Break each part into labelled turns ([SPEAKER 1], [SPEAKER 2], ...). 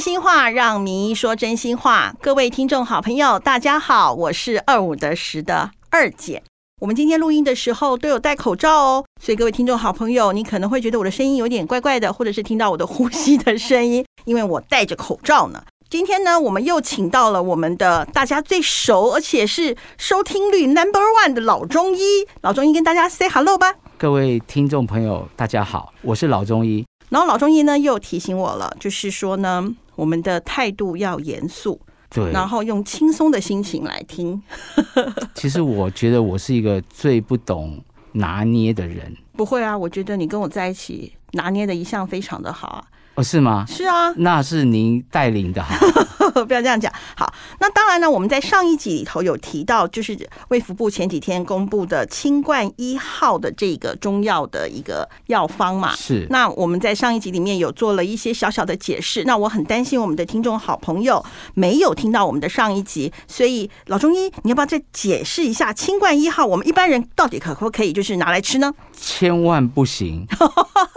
[SPEAKER 1] 心话，让名医说真心话。各位听众好朋友，大家好，我是二五得十的二姐。我们今天录音的时候都有戴口罩哦，所以各位听众好朋友，你可能会觉得我的声音有点怪怪的，或者是听到我的呼吸的声音，因为我戴着口罩呢。今天呢，我们又请到了我们的大家最熟，而且是收听率 number one 的老中医。老中医跟大家 say hello 吧。
[SPEAKER 2] 各位听众朋友，大家好，我是老中医。
[SPEAKER 1] 然后老中医呢又提醒我了，就是说呢，我们的态度要严肃，
[SPEAKER 2] 对，
[SPEAKER 1] 然后用轻松的心情来听。
[SPEAKER 2] 其实我觉得我是一个最不懂拿捏的人，
[SPEAKER 1] 不会啊，我觉得你跟我在一起拿捏的一向非常的好啊。
[SPEAKER 2] 哦，是吗？
[SPEAKER 1] 是啊，
[SPEAKER 2] 那是您带领的 好，
[SPEAKER 1] 不要这样讲。好，那当然呢，我们在上一集里头有提到，就是卫福部前几天公布的清冠一号的这个中药的一个药方嘛。
[SPEAKER 2] 是
[SPEAKER 1] 那我们在上一集里面有做了一些小小的解释。那我很担心我们的听众好朋友没有听到我们的上一集，所以老中医，你要不要再解释一下清冠一号，我们一般人到底可不可以就是拿来吃呢？
[SPEAKER 2] 千万不行。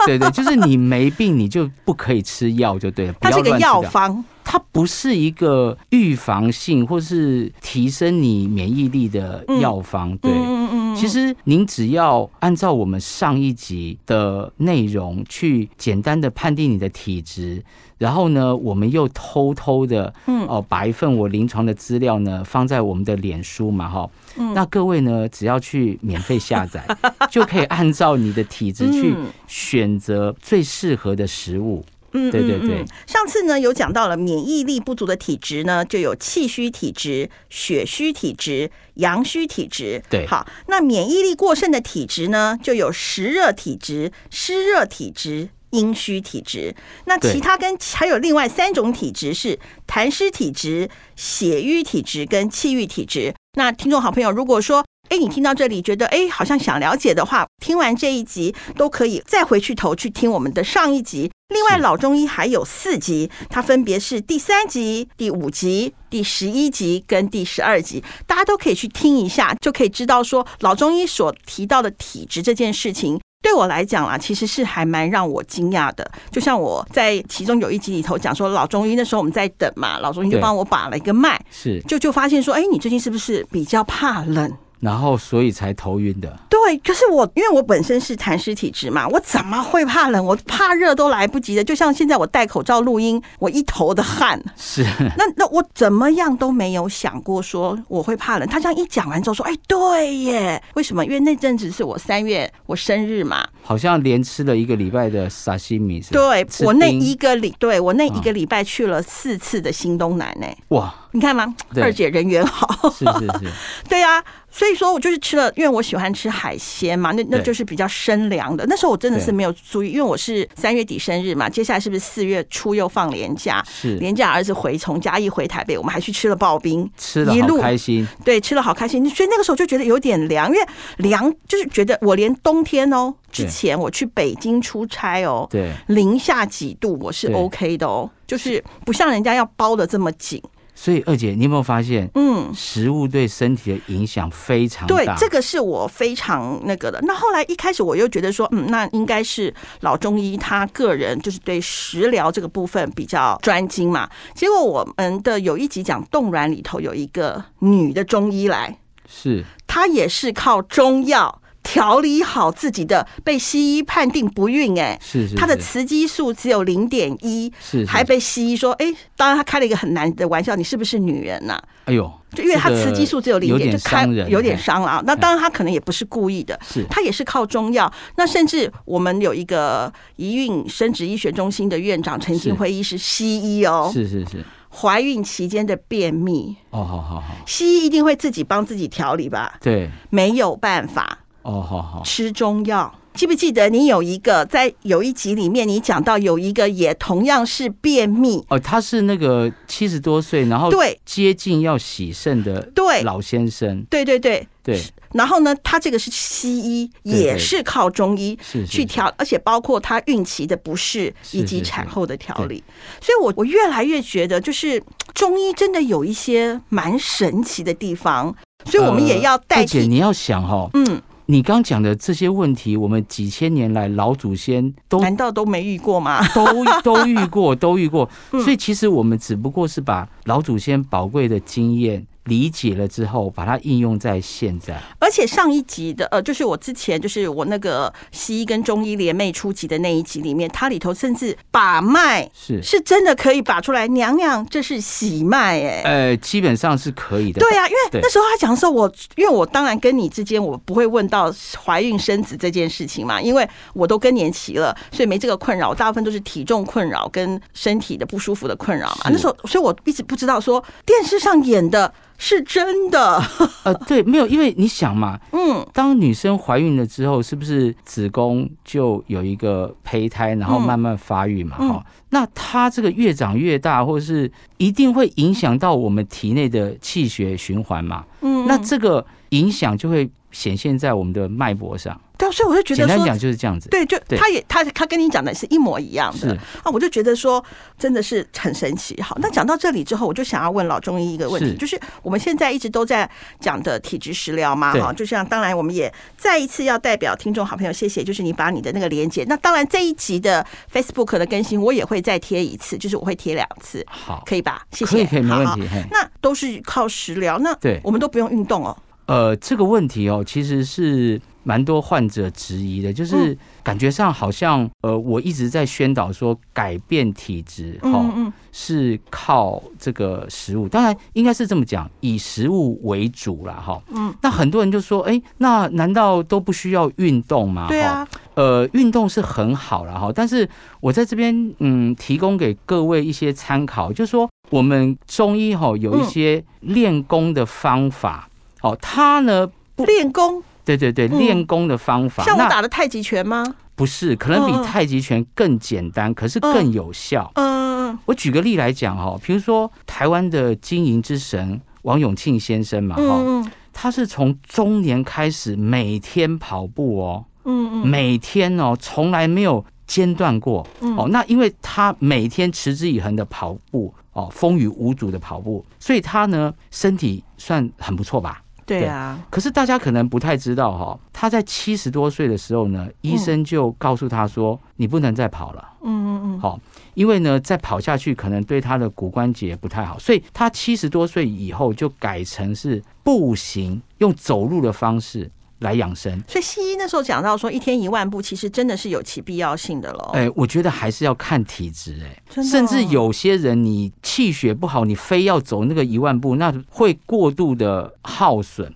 [SPEAKER 2] 对对，就是你没病，你就不可以吃药，就对了，不
[SPEAKER 1] 它
[SPEAKER 2] 要
[SPEAKER 1] 是个
[SPEAKER 2] 乱吃
[SPEAKER 1] 药
[SPEAKER 2] 药。
[SPEAKER 1] 方，
[SPEAKER 2] 它不是一个预防性或是提升你免疫力的药方，对。
[SPEAKER 1] 嗯嗯
[SPEAKER 2] 其实您只要按照我们上一集的内容去简单的判定你的体质，然后呢，我们又偷偷的，
[SPEAKER 1] 嗯
[SPEAKER 2] 哦，把一份我临床的资料呢放在我们的脸书嘛，哈，
[SPEAKER 1] 嗯
[SPEAKER 2] 那各位呢只要去免费 下载，就可以按照你的体质去
[SPEAKER 1] 嗯
[SPEAKER 2] 选择最适合的食物。
[SPEAKER 1] 嗯，
[SPEAKER 2] 对对
[SPEAKER 1] 嗯嗯
[SPEAKER 2] 对
[SPEAKER 1] 上次呢有讲到了免疫力不足的体质呢，就有气虚体质、血虚体质、阳虚体质。
[SPEAKER 2] 对
[SPEAKER 1] 好，那免疫力过剩的体质呢，就有实热体质、湿热体质。阴虚体质，那
[SPEAKER 2] 对
[SPEAKER 1] 其他跟还有另外三种体质是痰湿体质、血瘀体质跟气郁体质。那听众好朋友，如果说哎，你听到这里觉得哎，好像想了解的话，听完这一集都可以再回去头去听我们的上一集。另外，
[SPEAKER 2] 是
[SPEAKER 1] 老中医还有四集，它分别是第三集、第五集、第十一集跟第十二集，大家都可以去听一下，就可以知道说老中医所提到的体质这件事情。对我来讲啦，啊其实是还蛮让我惊讶的。就像我在其中有一集里头讲说，老中医那时候我们在等嘛，老中医就
[SPEAKER 2] 对
[SPEAKER 1] 帮我把了一个脉，
[SPEAKER 2] 是，
[SPEAKER 1] 就就发现说，哎，你最近是不是比较怕冷？
[SPEAKER 2] 然后所以才头晕的。
[SPEAKER 1] 对，可是我因为我本身是痰湿体质嘛，我怎么会怕冷？我怕热都来不及的。就像现在我戴口罩录音，我一头的汗。
[SPEAKER 2] 是，
[SPEAKER 1] 那那我怎么样都没有想过说我会怕冷。他这样一讲完之后说：“哎，对耶，为什么？因为那阵子是我三月我生日嘛，
[SPEAKER 2] 好像连吃了一个礼拜的沙西米是吧？
[SPEAKER 1] 对
[SPEAKER 2] 吃
[SPEAKER 1] 我那
[SPEAKER 2] 冰啊
[SPEAKER 1] 一个礼，对我那一个礼拜去了四次的新东南呢。欸
[SPEAKER 2] 哇，
[SPEAKER 1] 你看吗？
[SPEAKER 2] 对
[SPEAKER 1] 二姐人缘好，
[SPEAKER 2] 是是是，
[SPEAKER 1] 对啊，所以说我就是吃了，因为我喜欢吃海鲜嘛，那那
[SPEAKER 2] 对
[SPEAKER 1] 就是比较生凉的。那时候我真的是
[SPEAKER 2] 对
[SPEAKER 1] 没有注意，因为我是三月底生日嘛，接下来是不是四月初又放年假？
[SPEAKER 2] 是
[SPEAKER 1] 年假儿子回从嘉义回台北，我们还去吃了刨冰，
[SPEAKER 2] 吃的
[SPEAKER 1] 一
[SPEAKER 2] 好
[SPEAKER 1] 路
[SPEAKER 2] 开心，
[SPEAKER 1] 对，吃了好开心。所以那个时候就觉得有点凉，因为凉就是觉得我连冬天哦，之
[SPEAKER 2] 对
[SPEAKER 1] 前我去北京出差哦，
[SPEAKER 2] 对，
[SPEAKER 1] 零下几度我是
[SPEAKER 2] 对
[SPEAKER 1] OK 的哦，就是不像人家要包的这么紧，
[SPEAKER 2] 所以二姐，你有没有发现
[SPEAKER 1] 嗯。
[SPEAKER 2] 食物对身体的影响非常大？
[SPEAKER 1] 对，这个是我非常那个的。那后来一开始我又觉得说，嗯，那应该是老中医他个人就是对食疗这个部分比较专精嘛。结果我们的有一集讲冻卵里头有一个女的中医来，
[SPEAKER 2] 是
[SPEAKER 1] 她也是靠中药调理好自己的被西医判定不孕、哎，
[SPEAKER 2] 是是，
[SPEAKER 1] 她的雌
[SPEAKER 2] 是
[SPEAKER 1] 激素只有零点一。
[SPEAKER 2] 是
[SPEAKER 1] 还
[SPEAKER 2] 被
[SPEAKER 1] 被西医说，哎、当然他开了一个很难的玩笑，你是不是女人啊呐、
[SPEAKER 2] 哎呦，
[SPEAKER 1] 就因为他
[SPEAKER 2] 这个
[SPEAKER 1] 雌激素只有零
[SPEAKER 2] 有
[SPEAKER 1] 点，
[SPEAKER 2] 点
[SPEAKER 1] 就开
[SPEAKER 2] 伤人，
[SPEAKER 1] 有点
[SPEAKER 2] 嘿
[SPEAKER 1] 伤了啊。那当然，他可能也不是故意的，
[SPEAKER 2] 是
[SPEAKER 1] 他也是靠中药。那甚至我们有一个宜孕生殖医学中心的院长陈金辉医师，西医哦，
[SPEAKER 2] 是是是，
[SPEAKER 1] 怀孕期间的便秘，
[SPEAKER 2] 哦，好好好，
[SPEAKER 1] 西医一定会自己帮自己调理吧？
[SPEAKER 2] 对，
[SPEAKER 1] 没有办法，
[SPEAKER 2] 哦，好好，
[SPEAKER 1] 吃中药。记不记得你有一个在有一集里面，你讲到有一个也同样是便秘，
[SPEAKER 2] 哦，他是那个七十多岁，然后
[SPEAKER 1] 对
[SPEAKER 2] 接近要洗肾的
[SPEAKER 1] 对
[SPEAKER 2] 老先生，
[SPEAKER 1] 对对对。
[SPEAKER 2] 对，
[SPEAKER 1] 然后呢，他这个是西医，
[SPEAKER 2] 对对
[SPEAKER 1] 也是靠中医，
[SPEAKER 2] 是是
[SPEAKER 1] 去
[SPEAKER 2] 是
[SPEAKER 1] 调，而且包括她孕期的不适
[SPEAKER 2] 是
[SPEAKER 1] 以及
[SPEAKER 2] 是
[SPEAKER 1] 产
[SPEAKER 2] 是
[SPEAKER 1] 后的调理。所以我，我越来越觉得，就是中医真的有一些蛮神奇的地方，所以我们也要代
[SPEAKER 2] 呃二姐，
[SPEAKER 1] 替。
[SPEAKER 2] 你要想哦，
[SPEAKER 1] 嗯，
[SPEAKER 2] 你刚讲的这些问题，我们几千年来老祖先都
[SPEAKER 1] 难道都没遇过吗？
[SPEAKER 2] 都都遇过，都遇过。
[SPEAKER 1] 嗯
[SPEAKER 2] 所以其实我们只不过是把老祖先宝贵的经验理解了之后，把它应用在现在。
[SPEAKER 1] 而且上一集的呃，就是我之前就是我那个西医跟中医联袂出集的那一集里面，它里头甚至把脉
[SPEAKER 2] 是，
[SPEAKER 1] 是真的可以把出来，娘娘这是喜脉哎、
[SPEAKER 2] 呃，基本上是可以的。
[SPEAKER 1] 对啊，因为
[SPEAKER 2] 对
[SPEAKER 1] 那时候他讲的时候我，因为我当然跟你之间我不会问到怀孕生子这件事情嘛，因为我都更年期了，所以没这个困扰。我大部分都是体重困扰跟身体的不舒服的困扰嘛。
[SPEAKER 2] 是
[SPEAKER 1] 那时候，所以我一直不知道说电视上演的是真的。
[SPEAKER 2] 呃，对，没有，因为你想嘛，
[SPEAKER 1] 嗯，
[SPEAKER 2] 当女生怀孕了之后，是不是子宫就有一个胚胎，然后慢慢发育嘛？哈、
[SPEAKER 1] 嗯
[SPEAKER 2] 那它这个越长越大，或是一定会影响到我们体内的气血循环嘛？
[SPEAKER 1] 嗯
[SPEAKER 2] 那这个影响就会显现在我们的脉搏上。
[SPEAKER 1] 对啊，所以我就觉
[SPEAKER 2] 简
[SPEAKER 1] 得
[SPEAKER 2] 单
[SPEAKER 1] 说，
[SPEAKER 2] 讲就是这样子。
[SPEAKER 1] 对，就
[SPEAKER 2] 对
[SPEAKER 1] 他也他他跟你讲的是一模一样的
[SPEAKER 2] 是
[SPEAKER 1] 啊，我就觉得说真的是很神奇。好，那讲到这里之后，我就想要问老中医一个问题，
[SPEAKER 2] 是
[SPEAKER 1] 就是我们现在一直都在讲的体质食疗嘛，
[SPEAKER 2] 对
[SPEAKER 1] 哈，就像当然我们也再一次要代表听众好朋友谢谢，就是你把你的那个连接，那当然这一集的 Facebook 的更新我也会再贴一次，就是我会贴两次，
[SPEAKER 2] 好，
[SPEAKER 1] 可以吧？谢谢，
[SPEAKER 2] 可以可以，没
[SPEAKER 1] 好
[SPEAKER 2] 问。
[SPEAKER 1] 好
[SPEAKER 2] 题。嘿
[SPEAKER 1] 那都是靠食疗，那
[SPEAKER 2] 对
[SPEAKER 1] 我们都不用运动哦。
[SPEAKER 2] 呃，这个问题哦，其实是蛮多患者质疑
[SPEAKER 1] 嗯
[SPEAKER 2] 的，就是感觉上好像呃，我一直在宣导说改变体质哈、
[SPEAKER 1] 嗯嗯，
[SPEAKER 2] 是靠这个食物，当然应该是这么讲，以食物为主啦哈。
[SPEAKER 1] 嗯，
[SPEAKER 2] 那很多人就说，哎、那难道都不需要运动吗？
[SPEAKER 1] 对啊，
[SPEAKER 2] 呃，运动是很好了哈，但是我在这边嗯，提供给各位一些参考，就是说我们中医哈
[SPEAKER 1] 嗯
[SPEAKER 2] 有一些练功的方法，哦，它呢，不
[SPEAKER 1] 练功，
[SPEAKER 2] 对对对，
[SPEAKER 1] 嗯
[SPEAKER 2] 练功的方法，
[SPEAKER 1] 像我
[SPEAKER 2] 那
[SPEAKER 1] 打的太极拳吗？
[SPEAKER 2] 不是可能
[SPEAKER 1] 嗯嗯
[SPEAKER 2] 比太极拳更简单，可是更有效。
[SPEAKER 1] 嗯，
[SPEAKER 2] 我举个例来讲哈，比如说台湾的经营之神王永庆先生嘛
[SPEAKER 1] 嗯
[SPEAKER 2] 哈，
[SPEAKER 1] 嗯。
[SPEAKER 2] 他是从中年开始每天跑步哦，
[SPEAKER 1] 嗯嗯
[SPEAKER 2] 每天哦，从来没有间断过。
[SPEAKER 1] 嗯
[SPEAKER 2] 哦，那因为他每天持之以恒的跑步，哦，风雨无阻的跑步，所以他呢身体算很不错吧。，
[SPEAKER 1] 对啊，
[SPEAKER 2] 可是大家可能不太知道哈、哦，他在七十多岁的时候呢，医生就告诉他说，你不能再跑了。
[SPEAKER 1] 嗯嗯嗯，
[SPEAKER 2] 好、因为呢，再跑下去可能对他的骨关节不太好，所以他七十多岁以后就改成是步行，用走路的方式来养生。
[SPEAKER 1] 所以西医那时候讲到说一天一万步，其实真的是有其必要性的喽。
[SPEAKER 2] 哎、我觉得还是要看体质、哎、
[SPEAKER 1] 哦真的哦
[SPEAKER 2] 甚至有些人你气血不好，你非要走那个一万步，那会过度的耗损。
[SPEAKER 1] 嗯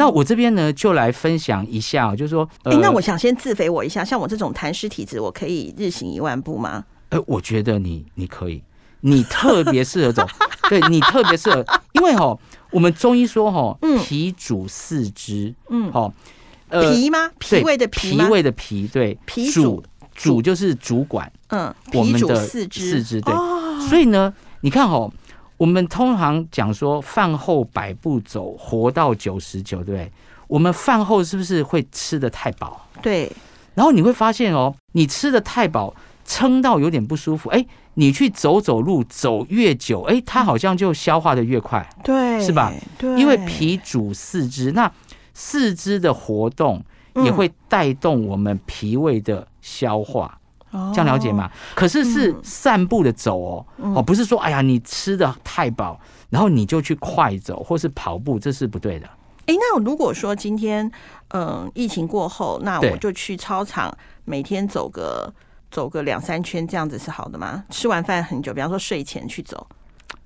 [SPEAKER 2] 那我这边呢，就来分享一下，就是说，
[SPEAKER 1] 哎、那我想先自肥我一下，像我这种痰湿体质，我可以日行一万步吗？
[SPEAKER 2] 呃，我觉得你你可以，你特别适合走，对你特别适合，因为哈，我们中医说哈
[SPEAKER 1] 嗯，
[SPEAKER 2] 脾主四肢，
[SPEAKER 1] 嗯，
[SPEAKER 2] 哈，
[SPEAKER 1] 脾吗？
[SPEAKER 2] 呃对
[SPEAKER 1] 脾胃的
[SPEAKER 2] 脾
[SPEAKER 1] 吗？
[SPEAKER 2] 胃的脾，对，
[SPEAKER 1] 脾
[SPEAKER 2] 主
[SPEAKER 1] 主
[SPEAKER 2] 主就是主管
[SPEAKER 1] 嗯，
[SPEAKER 2] 我
[SPEAKER 1] 脾
[SPEAKER 2] 们
[SPEAKER 1] 主
[SPEAKER 2] 的
[SPEAKER 1] 四肢，
[SPEAKER 2] 四肢，对，
[SPEAKER 1] 哦，
[SPEAKER 2] 所以呢，你看哈，我们通常讲说饭后百步走，活到九十九，对不对？我们饭后是不是会吃的太饱？
[SPEAKER 1] 对，
[SPEAKER 2] 然后你会发现哦，你吃的太饱，撑到有点不舒服，哎，你去走走路，走越久，哎，它好像就消化的越快，
[SPEAKER 1] 对，
[SPEAKER 2] 是吧？
[SPEAKER 1] 嗯对，
[SPEAKER 2] 因为脾主四肢，那四肢的活动
[SPEAKER 1] 嗯
[SPEAKER 2] 也会带动我们脾胃的消化，
[SPEAKER 1] 这
[SPEAKER 2] 这样了解？吗？可是是
[SPEAKER 1] 哦嗯
[SPEAKER 2] 散步的走哦，哦，不是说哎呀你吃的太饱，然后你就去快走或是跑步，这是不对的。
[SPEAKER 1] 哎、那如果说今天，嗯、疫情过后，那我
[SPEAKER 2] 对
[SPEAKER 1] 就去操场，每天走个走个两三圈，这样子是好的吗？吃完饭很久，比方说睡前去走，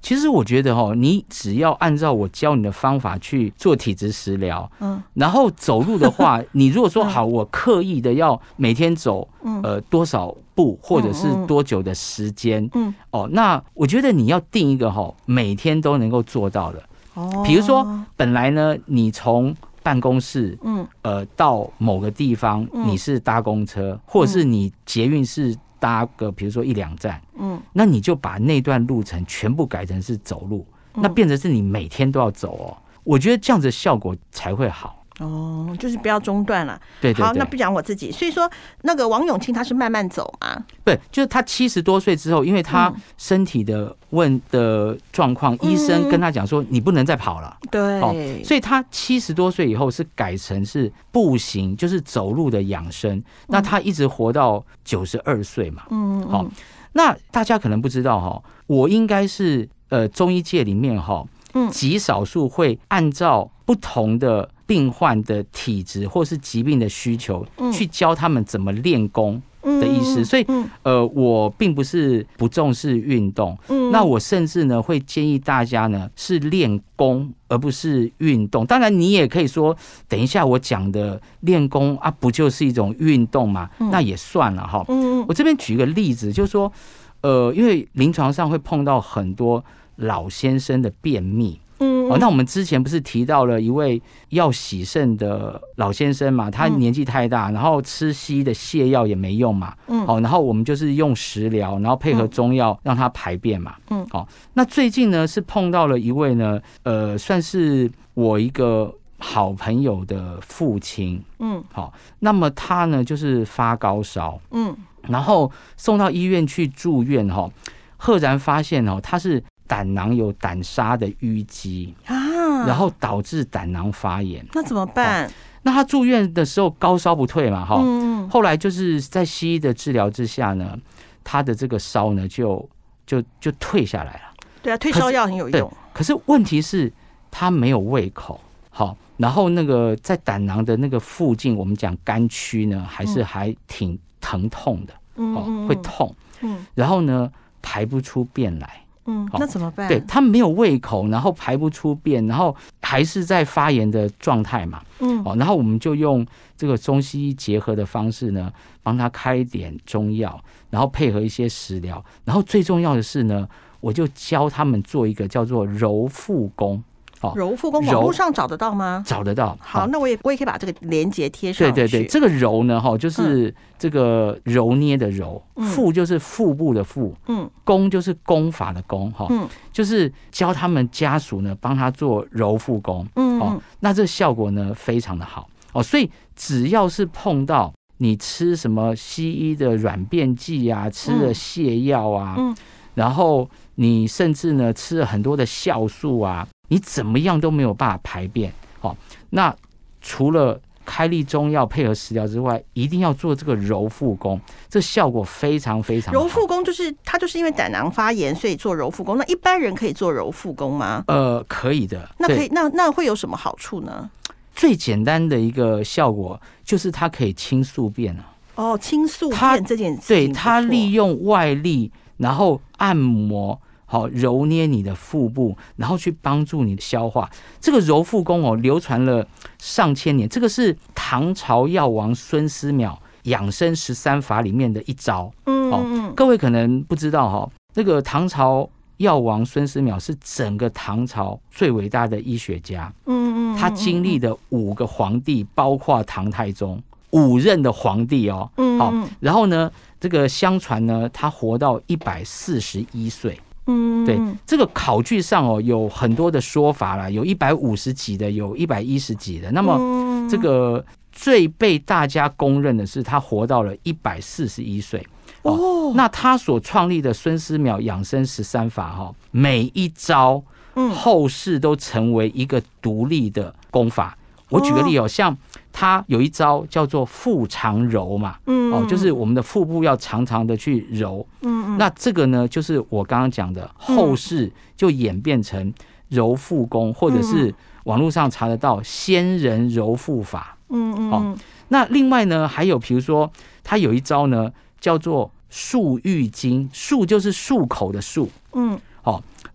[SPEAKER 2] 其实我觉得哦，你只要按照我教你的方法去做体质食疗，
[SPEAKER 1] 嗯，
[SPEAKER 2] 然后走路 的话，你如果说好，我刻意的要每天走，
[SPEAKER 1] 嗯
[SPEAKER 2] 呃，多少步或者是多久的时间，
[SPEAKER 1] 嗯，
[SPEAKER 2] 哦，那我觉得你要定一个哈、哦每天都能够做到的。
[SPEAKER 1] 哦
[SPEAKER 2] 比如说，本来呢，你从办公室
[SPEAKER 1] 嗯
[SPEAKER 2] 呃到某个地方，
[SPEAKER 1] 嗯
[SPEAKER 2] 你是搭公车，或者是你捷运是搭个比如说一两站，
[SPEAKER 1] 嗯，
[SPEAKER 2] 那你就把那段路程全部改
[SPEAKER 1] 嗯
[SPEAKER 2] 成是走路，那变成是你每天都要走哦。我觉得这样子的效果才会好。
[SPEAKER 1] 哦，就是不要中断了。
[SPEAKER 2] 对对
[SPEAKER 1] 好，那
[SPEAKER 2] 对，
[SPEAKER 1] 不讲我自己，所以说那个王永庆他是慢慢走嘛，
[SPEAKER 2] 不就是他七十多岁之后，因
[SPEAKER 1] 嗯
[SPEAKER 2] 为他身体的问的状况，医生跟他讲说你不能再跑了，
[SPEAKER 1] 对
[SPEAKER 2] 哦所以他七十多岁以后是改成是步行，就是走路的养生。那他一直活到九十二岁嘛。
[SPEAKER 1] 嗯，
[SPEAKER 2] 好那大家可能不知道哈，我应该是呃中医界里面哈
[SPEAKER 1] 嗯，
[SPEAKER 2] 极少数会按照不同的病患的体质或是疾病的需求
[SPEAKER 1] 嗯
[SPEAKER 2] 去教他们怎么练功。
[SPEAKER 1] 嗯
[SPEAKER 2] 的意思所以
[SPEAKER 1] 嗯
[SPEAKER 2] 呃，我并不是不重视运动，
[SPEAKER 1] 嗯
[SPEAKER 2] 那我甚至呢会建议大家呢是练功，而不是运动。当然，你也可以说，等一下我讲的练功啊，不就是一种运动嘛？那也算了哈。
[SPEAKER 1] 嗯
[SPEAKER 2] 我这边举一个例子，就是说，呃，因为临床上会碰到很多老先生的便秘，
[SPEAKER 1] 嗯
[SPEAKER 2] 哦，那我们之前不是提到了一位要洗肾的老先生嘛？
[SPEAKER 1] 嗯
[SPEAKER 2] 他年纪太大，然后吃西医的泻药也没用嘛。
[SPEAKER 1] 嗯
[SPEAKER 2] 好、然后我们就是用食疗，然后配合中药让他排便嘛。
[SPEAKER 1] 嗯
[SPEAKER 2] 好、那最近呢是碰到了一位呢，呃，算是我一个好朋友的父亲。
[SPEAKER 1] 嗯
[SPEAKER 2] 好、那么他呢就是发高烧，
[SPEAKER 1] 嗯
[SPEAKER 2] 然后送到医院去住院哈、赫然发现哦，他是胆囊有胆砂的淤积。
[SPEAKER 1] 啊，
[SPEAKER 2] 然后导致胆囊发炎。
[SPEAKER 1] 那怎么办？
[SPEAKER 2] 那他住院的时候高烧不退嘛，哈、
[SPEAKER 1] 嗯嗯
[SPEAKER 2] 后来就是在西医的治疗之下呢，他的这个烧呢就就就退下来了。
[SPEAKER 1] 对啊，退烧药很有用，
[SPEAKER 2] 可是问题是，他没有胃口，好，然后那个在胆囊的那个附近，我们讲肝区呢，还是还挺疼痛的，
[SPEAKER 1] 嗯
[SPEAKER 2] 哦，
[SPEAKER 1] 嗯
[SPEAKER 2] 会痛，
[SPEAKER 1] 嗯
[SPEAKER 2] 然后呢排不出便来。
[SPEAKER 1] 嗯，
[SPEAKER 2] 好
[SPEAKER 1] 那怎么办？
[SPEAKER 2] 对，他没有胃口，然后排不出便，然后还是在发炎的状态嘛。
[SPEAKER 1] 嗯
[SPEAKER 2] 哦，然后我们就用这个中西医结合的方式呢，帮他开一点中药，然后配合一些食疗，然后最重要的是呢，我就教他们做一个叫做揉腹功，哦
[SPEAKER 1] 柔腹功网
[SPEAKER 2] 柔
[SPEAKER 1] 络上找得到吗？
[SPEAKER 2] 找得到。
[SPEAKER 1] 好，
[SPEAKER 2] 哦
[SPEAKER 1] 那我也我也可以把这个连接贴上
[SPEAKER 2] 对
[SPEAKER 1] 去。
[SPEAKER 2] 对对，这个揉呢，哈、就是这个揉捏的揉，
[SPEAKER 1] 嗯
[SPEAKER 2] 腹就是腹部的腹，
[SPEAKER 1] 嗯
[SPEAKER 2] 功就是功法的功，哈、
[SPEAKER 1] 嗯
[SPEAKER 2] 就是教他们家属呢帮他做揉腹功。
[SPEAKER 1] 嗯
[SPEAKER 2] 哦
[SPEAKER 1] 嗯，
[SPEAKER 2] 那这效果呢非常的好哦，所以只要是碰到你吃什么西医的软便剂啊，吃了泻药啊，
[SPEAKER 1] 嗯
[SPEAKER 2] 然后你甚至呢吃了很多的酵素啊，你怎么样都没有办法排便哦。那除了开立中药配合食疗之外，一定要做这个揉腹功，这效果非常非常好
[SPEAKER 1] 柔腹功就是它就是因为胆囊发炎，所以做柔腹功。那一般人可以做柔腹功吗？
[SPEAKER 2] 呃可以的，
[SPEAKER 1] 那
[SPEAKER 2] 对
[SPEAKER 1] 可以，那那会有什么好处呢？
[SPEAKER 2] 最简单的一个效果就是它可以清宿便啊。
[SPEAKER 1] 哦，清素
[SPEAKER 2] 它
[SPEAKER 1] 片这件事
[SPEAKER 2] 对
[SPEAKER 1] 情不错，
[SPEAKER 2] 它利用外力，然后按摩，好、揉捏你的腹部，然后去帮助你的消化。这个揉腹功哦，流传了上千年，这个是唐朝药王孙思邈养生十三法里面的一招。
[SPEAKER 1] 嗯
[SPEAKER 2] 哦
[SPEAKER 1] 嗯
[SPEAKER 2] 各位可能不知道哈、那个唐朝药王孙思邈是整个唐朝最伟大的医学家，
[SPEAKER 1] 嗯嗯，
[SPEAKER 2] 他经历的五个皇帝，包括唐太宗五任的皇帝哦。
[SPEAKER 1] 嗯
[SPEAKER 2] 好
[SPEAKER 1] 嗯
[SPEAKER 2] 然后呢，这个相传呢，他活到一百四十一岁。
[SPEAKER 1] 嗯
[SPEAKER 2] 对
[SPEAKER 1] 嗯，
[SPEAKER 2] 这个考据上哦，有很多的说法啦，有一百五十几的，有一百一十几的。那么
[SPEAKER 1] 嗯
[SPEAKER 2] 这个最被大家公认的是，他活到了一百四十一岁。
[SPEAKER 1] 哦，
[SPEAKER 2] 那他所创立的孙思邈养生十三法哈、每一招
[SPEAKER 1] 嗯
[SPEAKER 2] 后世都成为一个独立的功法。我举个例哦，像他有一招叫做腹肠揉嘛，
[SPEAKER 1] 嗯
[SPEAKER 2] 哦，就是我们的腹部要常常的去揉。
[SPEAKER 1] 嗯嗯嗯
[SPEAKER 2] 那这个呢，就是我刚刚讲的后世就演变成揉腹功，或者
[SPEAKER 1] 嗯
[SPEAKER 2] 是网络上查得到仙人揉腹法。
[SPEAKER 1] 嗯嗯
[SPEAKER 2] 好
[SPEAKER 1] 嗯
[SPEAKER 2] 那另外呢，还有比如说，它有一招呢，叫做漱玉经，漱就是漱口的漱，哦
[SPEAKER 1] 嗯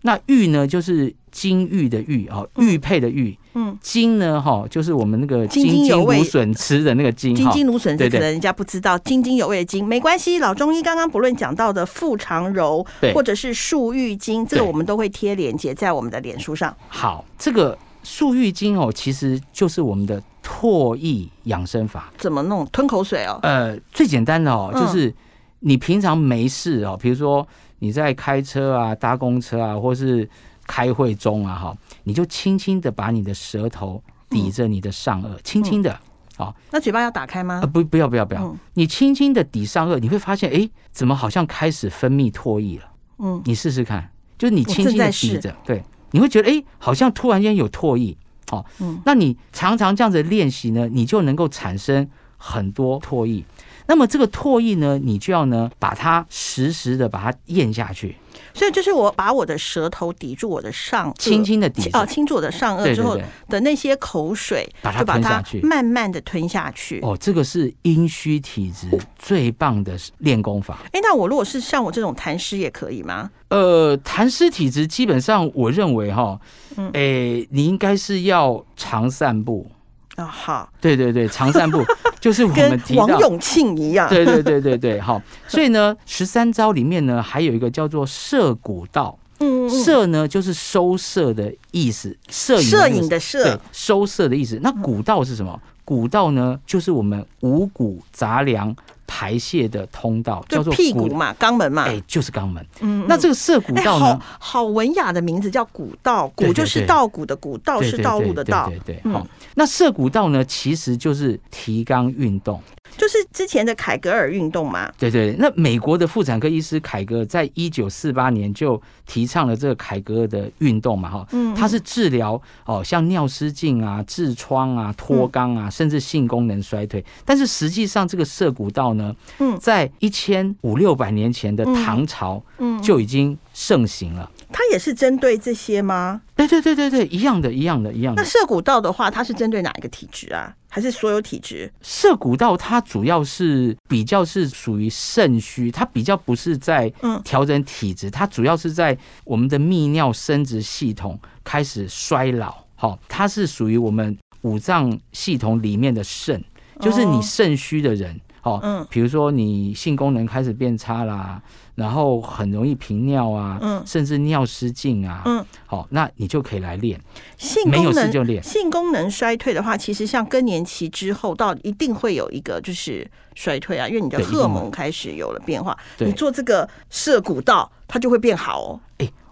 [SPEAKER 2] 那玉呢就是金玉的玉哦，玉佩的玉，
[SPEAKER 1] 嗯，
[SPEAKER 2] 金呢哈、就是我们那个
[SPEAKER 1] 津
[SPEAKER 2] 金
[SPEAKER 1] 津
[SPEAKER 2] 金
[SPEAKER 1] 有味
[SPEAKER 2] 芦笋吃的那个金
[SPEAKER 1] 津
[SPEAKER 2] 哈。
[SPEAKER 1] 津芦笋这
[SPEAKER 2] 对
[SPEAKER 1] 可
[SPEAKER 2] 对
[SPEAKER 1] 能人家不知道，津津有味的津没关系。老中医刚刚不论讲到的腹肠揉，
[SPEAKER 2] 对
[SPEAKER 1] 或者是漱玉经，这个
[SPEAKER 2] 对
[SPEAKER 1] 我们都会贴链接在我们的脸书上。
[SPEAKER 2] 好，这个漱玉经哦，其实就是我们的唾液养生法。
[SPEAKER 1] 怎么弄？吞口水哦。
[SPEAKER 2] 呃，最简单的哦，
[SPEAKER 1] 嗯
[SPEAKER 2] 就是你平常没事哦，比如说你在开车啊、搭公车啊，或是开会中啊，哈，你就轻轻的把你的舌头抵着你的上
[SPEAKER 1] 嗯
[SPEAKER 2] 颚，轻轻的，好、
[SPEAKER 1] 那嘴巴要打开吗
[SPEAKER 2] 啊，？不，不要，不要，不要！
[SPEAKER 1] 嗯
[SPEAKER 2] 你轻轻的抵上颚，你会发现，哎，怎么好像开始分泌唾液了？
[SPEAKER 1] 嗯，
[SPEAKER 2] 你试试看，就是你轻轻
[SPEAKER 1] 我正在
[SPEAKER 2] 的
[SPEAKER 1] 试
[SPEAKER 2] 抵着，对，你会觉得，哎，好像突然间有唾液。好、
[SPEAKER 1] 嗯
[SPEAKER 2] 那你常常这样子练习呢，你就能够产生很多唾液。那么这个唾液呢，你就要呢把它实时的把它咽下去，
[SPEAKER 1] 所以就是我把我的舌头抵住我的上颚，
[SPEAKER 2] 轻轻的抵
[SPEAKER 1] 哦，
[SPEAKER 2] 着，
[SPEAKER 1] 清楚我的上颚
[SPEAKER 2] 对
[SPEAKER 1] 之
[SPEAKER 2] 对
[SPEAKER 1] 后
[SPEAKER 2] 对。
[SPEAKER 1] 的那些口水，
[SPEAKER 2] 把它
[SPEAKER 1] 就把
[SPEAKER 2] 吞
[SPEAKER 1] 它
[SPEAKER 2] 下去
[SPEAKER 1] 慢慢的吞下去。
[SPEAKER 2] 哦，这个是阴虚体质最棒的练功法。
[SPEAKER 1] 哎，那我如果是像我这种痰湿也可以吗？
[SPEAKER 2] 呃，痰湿体质基本上我认为哈，
[SPEAKER 1] 嗯
[SPEAKER 2] 诶、你应该是要常散步。
[SPEAKER 1] 啊、好，
[SPEAKER 2] 对对对，常散步就是哦我
[SPEAKER 1] 跟啊
[SPEAKER 2] 们提
[SPEAKER 1] 王
[SPEAKER 2] 到。
[SPEAKER 1] 永庆一样。
[SPEAKER 2] 对对对对对，好，所以呢，十三招里面呢，还有一个叫做摄骨道，
[SPEAKER 1] 嗯，嗯嗯
[SPEAKER 2] 摄呢就是收摄的意思，摄影
[SPEAKER 1] 摄嗯
[SPEAKER 2] 那个
[SPEAKER 1] 影的
[SPEAKER 2] 对
[SPEAKER 1] 摄，
[SPEAKER 2] 收摄的意思。那古道是什么？古道呢，就是我们五谷杂粮排泄的通道，叫
[SPEAKER 1] 就
[SPEAKER 2] 做
[SPEAKER 1] 屁股，嘛，肛门嘛。
[SPEAKER 2] 哎、就是肛门。
[SPEAKER 1] 嗯，嗯
[SPEAKER 2] 那这个摄骨
[SPEAKER 1] 哎
[SPEAKER 2] 道呢
[SPEAKER 1] 好，好文雅的名字叫古道，
[SPEAKER 2] 对
[SPEAKER 1] 古
[SPEAKER 2] 对
[SPEAKER 1] 就是
[SPEAKER 2] 对
[SPEAKER 1] 稻谷的谷，道
[SPEAKER 2] 对
[SPEAKER 1] 是
[SPEAKER 2] 对
[SPEAKER 1] 道
[SPEAKER 2] 对
[SPEAKER 1] 路的
[SPEAKER 2] 对
[SPEAKER 1] 道
[SPEAKER 2] 对。对
[SPEAKER 1] 嗯
[SPEAKER 2] 好、那涉谷道呢，其实就是提肛运动。
[SPEAKER 1] 就是之前的凯格尔运动嘛。
[SPEAKER 2] 对对，对那美国的妇产科医师凯格尔在一九四八年就提倡了这个凯格尔的运动嘛，哈，
[SPEAKER 1] 嗯，
[SPEAKER 2] 它是治疗哦像尿失禁啊、痔疮啊、脱肛
[SPEAKER 1] 嗯
[SPEAKER 2] 啊，甚至性功能衰退。但是实际上，这个涉谷道呢，
[SPEAKER 1] 嗯
[SPEAKER 2] 在一千五六百年前的
[SPEAKER 1] 嗯
[SPEAKER 2] 唐朝
[SPEAKER 1] 嗯，
[SPEAKER 2] 就已经盛行了。
[SPEAKER 1] 它也是针对这些吗？
[SPEAKER 2] 对对对对对，一样的，一样的，一样的
[SPEAKER 1] 那。涉谷道的话，它是针对哪一个体质啊？还是所有体质？
[SPEAKER 2] 射谷道它主要是比较是属于肾虚，它比较不是在
[SPEAKER 1] 嗯
[SPEAKER 2] 调整体质，它主要是在我们的泌尿生殖系统开始衰老，好、它是属于我们五脏系统里面的肾，就是你
[SPEAKER 1] 哦
[SPEAKER 2] 肾虚的人，哦，
[SPEAKER 1] 嗯
[SPEAKER 2] 比如说你性功能开始变差啦，然后很容易频尿啊，
[SPEAKER 1] 嗯
[SPEAKER 2] 甚至尿失禁啊，
[SPEAKER 1] 嗯，
[SPEAKER 2] 好、那你就可以来练，
[SPEAKER 1] 性
[SPEAKER 2] 没有
[SPEAKER 1] 功
[SPEAKER 2] 事就
[SPEAKER 1] 能
[SPEAKER 2] 练。
[SPEAKER 1] 性功能衰退的话，其实像更年期之后，到一定会有一个就是衰退啊，因为你的
[SPEAKER 2] 对一定
[SPEAKER 1] 荷
[SPEAKER 2] 会
[SPEAKER 1] 尔蒙开始有了变化。
[SPEAKER 2] 对
[SPEAKER 1] 你做这个涉谷道，它就会变好哦。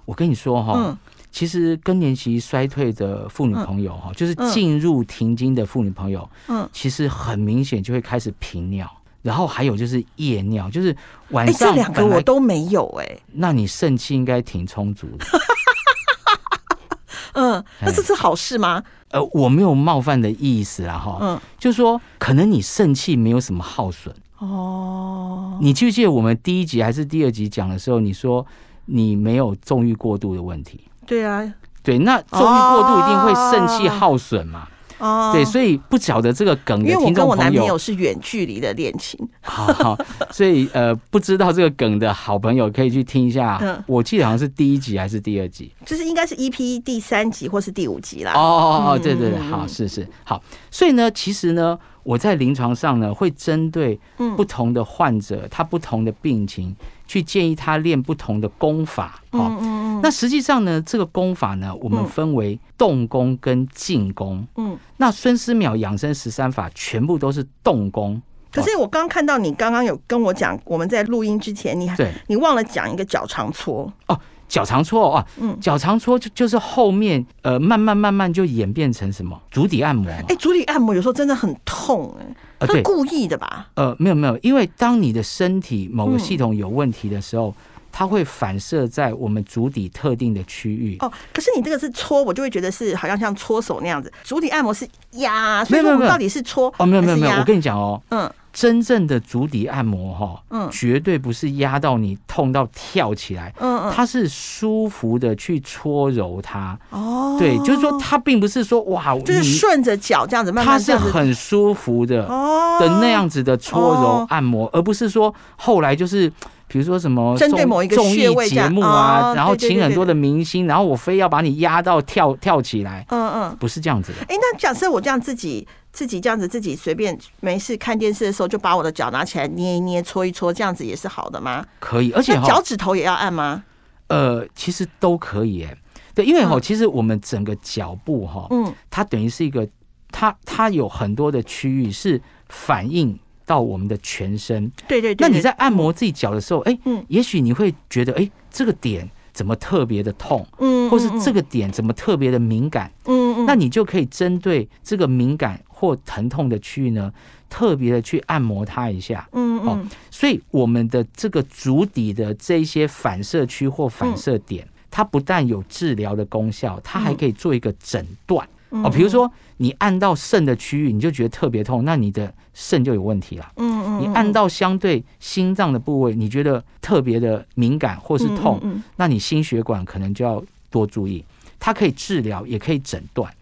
[SPEAKER 2] 我跟你说哈、
[SPEAKER 1] 嗯
[SPEAKER 2] 其实更年期衰退的妇女朋友哈、就是进入停经的妇女朋友，
[SPEAKER 1] 嗯，
[SPEAKER 2] 其实很明显就会开始频尿，然后还有就是夜尿，就是晚
[SPEAKER 1] 哎，这
[SPEAKER 2] 上
[SPEAKER 1] 两个
[SPEAKER 2] 本来
[SPEAKER 1] 我都没有哎、
[SPEAKER 2] 那你肾气应该挺充足 的。
[SPEAKER 1] 嗯，那
[SPEAKER 2] 哎
[SPEAKER 1] 这是好事吗？
[SPEAKER 2] 呃，我没有冒犯的意思啦哈，
[SPEAKER 1] 嗯，
[SPEAKER 2] 就是说可能你肾气没有什么耗损。
[SPEAKER 1] 哦，
[SPEAKER 2] 你记不记得我们第一集还是第二集讲的时候，你说你没有纵欲过度的问题？
[SPEAKER 1] 对啊，
[SPEAKER 2] 对，那纵欲过度一定会肾气
[SPEAKER 1] 哦
[SPEAKER 2] 耗损嘛？
[SPEAKER 1] 哦，
[SPEAKER 2] 对，所以不晓得这个梗
[SPEAKER 1] 因
[SPEAKER 2] 的
[SPEAKER 1] 为我
[SPEAKER 2] 听
[SPEAKER 1] 跟
[SPEAKER 2] 众
[SPEAKER 1] 我男
[SPEAKER 2] 朋
[SPEAKER 1] 朋
[SPEAKER 2] 友
[SPEAKER 1] 友是远距离的恋情，
[SPEAKER 2] 好 好，所以呃，不知道这个梗的好朋友可以去听一下。
[SPEAKER 1] 嗯
[SPEAKER 2] 我记得好像是第一集还是第二集。
[SPEAKER 1] 就是应该是 EP 第三集或是第五集啦。
[SPEAKER 2] 哦哦哦，
[SPEAKER 1] 嗯
[SPEAKER 2] 对对对，
[SPEAKER 1] 嗯
[SPEAKER 2] 好，是是好。所以呢，其实呢，我在临床上呢，会针对
[SPEAKER 1] 嗯
[SPEAKER 2] 不同的患者，他不同的病情，去建议他练不同的功法。哦，
[SPEAKER 1] 嗯嗯
[SPEAKER 2] 那实际上呢，这个功法呢，我们
[SPEAKER 1] 嗯
[SPEAKER 2] 分为动功跟静功。
[SPEAKER 1] 嗯。
[SPEAKER 2] 那孙思邈养生十三法全部都是动功。
[SPEAKER 1] 可是我刚看到你刚刚有跟我讲，我们在录音之前，你还
[SPEAKER 2] 对，哦
[SPEAKER 1] 你忘了讲一个脚长搓，
[SPEAKER 2] 脚长搓啊，
[SPEAKER 1] 嗯
[SPEAKER 2] 脚长搓就就是后面呃慢慢慢慢就演变成什么足底按摩嘛
[SPEAKER 1] 哎、，足底按摩有时候真的很痛、哎、
[SPEAKER 2] 呃
[SPEAKER 1] 他
[SPEAKER 2] 对
[SPEAKER 1] 故意的吧？
[SPEAKER 2] 呃没有没有，因为当你的身体某
[SPEAKER 1] 嗯
[SPEAKER 2] 个系统有问题的时候，它会反射在我们足底特定的区域。
[SPEAKER 1] 哦，可是你这个是搓，我就会觉得是好像像搓手那样子。足底按摩是压，所
[SPEAKER 2] 没
[SPEAKER 1] 以
[SPEAKER 2] 有
[SPEAKER 1] 说我
[SPEAKER 2] 没
[SPEAKER 1] 们
[SPEAKER 2] 有
[SPEAKER 1] 到底是搓
[SPEAKER 2] 哦，没有没有没
[SPEAKER 1] 还是
[SPEAKER 2] 有，
[SPEAKER 1] 压
[SPEAKER 2] 我跟你讲哦，
[SPEAKER 1] 嗯
[SPEAKER 2] 真正的足底按摩哈、
[SPEAKER 1] 嗯
[SPEAKER 2] 绝对不是压到你痛到跳起来，
[SPEAKER 1] 嗯嗯
[SPEAKER 2] 它是舒服的去搓揉它。
[SPEAKER 1] 哦，
[SPEAKER 2] 对，就是说它并不是说哇，
[SPEAKER 1] 就是
[SPEAKER 2] 你
[SPEAKER 1] 顺着脚这样子慢
[SPEAKER 2] 它
[SPEAKER 1] 慢这
[SPEAKER 2] 是
[SPEAKER 1] 样子
[SPEAKER 2] 很舒服的。
[SPEAKER 1] 哦
[SPEAKER 2] 的那样子的搓揉
[SPEAKER 1] 哦
[SPEAKER 2] 按摩，而不是说后来就是比如说什么
[SPEAKER 1] 针对
[SPEAKER 2] 综
[SPEAKER 1] 某一个
[SPEAKER 2] 综
[SPEAKER 1] 穴
[SPEAKER 2] 艺
[SPEAKER 1] 位这
[SPEAKER 2] 节
[SPEAKER 1] 样
[SPEAKER 2] 目啊，
[SPEAKER 1] 哦
[SPEAKER 2] 然后
[SPEAKER 1] 对对
[SPEAKER 2] 请
[SPEAKER 1] 对
[SPEAKER 2] 很多
[SPEAKER 1] 对
[SPEAKER 2] 的明星，然后我非要把你压到跳跳起来，
[SPEAKER 1] 嗯嗯。
[SPEAKER 2] 不是这样子的。
[SPEAKER 1] 哎、那假设我这样自己自己这样子自己随便没事看电视的时候，就把我的脚拿起来捏一捏、搓一搓，这样子也是好的吗？
[SPEAKER 2] 可以，而且
[SPEAKER 1] 那脚
[SPEAKER 2] 哈，
[SPEAKER 1] 趾头也要按吗？
[SPEAKER 2] 呃，其实都可以耶。对，因为哈，
[SPEAKER 1] 嗯
[SPEAKER 2] 其实我们整个脚部哈，
[SPEAKER 1] 嗯，
[SPEAKER 2] 它等于是一个，它它有很多的区域是反映到我们的全身。
[SPEAKER 1] 对对对。
[SPEAKER 2] 那你
[SPEAKER 1] 对
[SPEAKER 2] 在按摩自己脚的时候，哎
[SPEAKER 1] 嗯，
[SPEAKER 2] 也许你会觉得，哎，这个点怎么特别的痛，
[SPEAKER 1] 嗯，
[SPEAKER 2] 或是这
[SPEAKER 1] 个
[SPEAKER 2] 个点怎么特别的敏感。
[SPEAKER 1] 嗯嗯嗯嗯
[SPEAKER 2] 那你就可以针对这个敏感或疼痛的区域呢，特别的去按摩它一下。
[SPEAKER 1] 嗯
[SPEAKER 2] 哦
[SPEAKER 1] 嗯
[SPEAKER 2] 所以我们的这个足底的这一些反射区或
[SPEAKER 1] 嗯
[SPEAKER 2] 反射点，它不但有治疗的功效，它还可以做一个诊断、
[SPEAKER 1] 嗯
[SPEAKER 2] 哦。比如，说你按到肾的区域，你就觉得特别痛，那你的肾就有问题了。
[SPEAKER 1] 嗯嗯，
[SPEAKER 2] 你按到相对心脏的部位，你觉得特别的敏感或
[SPEAKER 1] 不
[SPEAKER 2] 是痛，
[SPEAKER 1] 嗯，嗯
[SPEAKER 2] 那你心血管可能就要多注意。它可以治疗，也可以诊断。